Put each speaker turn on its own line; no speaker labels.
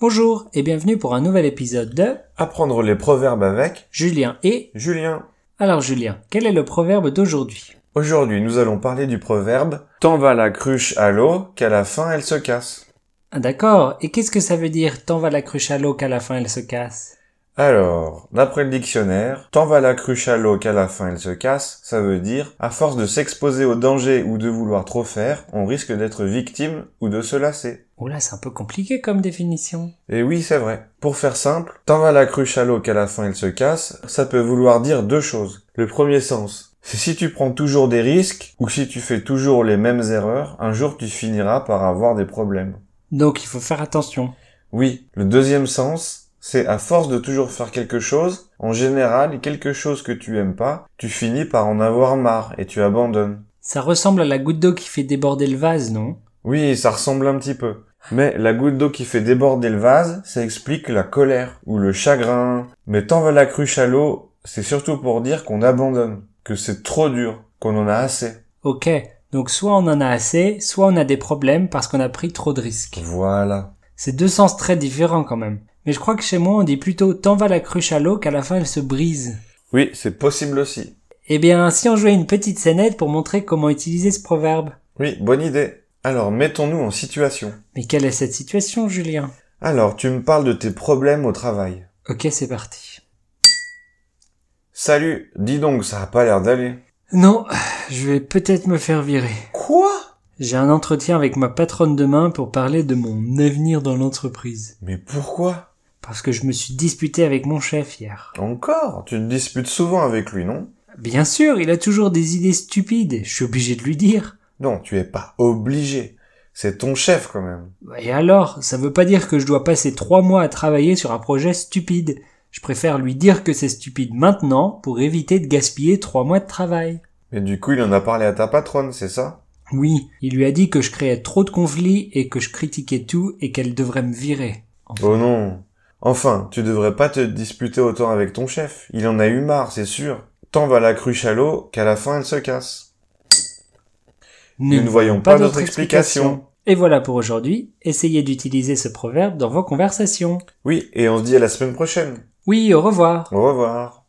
Bonjour et bienvenue pour un nouvel épisode de
Apprendre les proverbes avec
Julien et...
Julien.
Alors Julien, quel est le proverbe d'aujourd'hui
Aujourd'hui, nous allons parler du proverbe Tant va la cruche à l'eau qu'à la fin elle se casse.
Ah d'accord, et qu'est-ce que ça veut dire tant va la cruche à l'eau qu'à la fin elle se casse
Alors, d'après le dictionnaire, Tant va la cruche à l'eau qu'à la fin elle se casse, ça veut dire à force de s'exposer au danger ou de vouloir trop faire, on risque d'être victime ou de se lasser.
Oula, Oh c'est un peu compliqué comme définition.
Et oui, c'est vrai. Pour faire simple, Tant va la cruche à l'eau qu'à la fin elle se casse, ça peut vouloir dire deux choses. Le premier sens, c'est si tu prends toujours des risques ou si tu fais toujours les mêmes erreurs, un jour tu finiras par avoir des problèmes.
Donc il faut faire attention.
Oui, le deuxième sens, c'est à force de toujours faire quelque chose, en général, quelque chose que tu aimes pas, tu finis par en avoir marre et tu abandonnes.
Ça ressemble à la goutte d'eau qui fait déborder le vase, non
Oui, ça ressemble un petit peu. Mais la goutte d'eau qui fait déborder le vase, ça explique la colère ou le chagrin. Mais tant va la cruche à l'eau, c'est surtout pour dire qu'on abandonne, que c'est trop dur, qu'on en a assez.
Ok, donc soit on en a assez, soit on a des problèmes parce qu'on a pris trop de risques.
Voilà.
C'est deux sens très différents quand même. Mais je crois que chez moi on dit plutôt tant va la cruche à l'eau qu'à la fin elle se brise.
Oui, c'est possible aussi.
Eh bien, si on jouait une petite scénette pour montrer comment utiliser ce proverbe.
Oui, bonne idée. Alors, mettons-nous en situation.
Mais quelle est cette situation, Julien
Alors, tu me parles de tes problèmes au travail.
Ok, c'est parti.
Salut, dis donc, ça a pas l'air d'aller.
Non, je vais peut-être me faire virer.
Quoi
J'ai un entretien avec ma patronne demain pour parler de mon avenir dans l'entreprise.
Mais pourquoi
Parce que je me suis disputé avec mon chef hier.
Encore Tu te disputes souvent avec lui, non
Bien sûr, il a toujours des idées stupides, je suis obligé de lui dire.
Non, tu es pas obligé. C'est ton chef quand même.
Et alors, ça veut pas dire que je dois passer trois mois à travailler sur un projet stupide. Je préfère lui dire que c'est stupide maintenant pour éviter de gaspiller trois mois de travail.
Mais du coup, il en a parlé à ta patronne, c'est ça
Oui, il lui a dit que je créais trop de conflits et que je critiquais tout et qu'elle devrait me virer. Enfin.
Oh non. Enfin, tu devrais pas te disputer autant avec ton chef. Il en a eu marre, c'est sûr. Tant va la cruche à l'eau qu'à la fin elle se casse. Nous ne voyons pas d'autre explication.
Et voilà pour aujourd'hui. Essayez d'utiliser ce proverbe dans vos conversations.
Oui, et on se dit à la semaine prochaine.
Oui, au revoir.
Au revoir.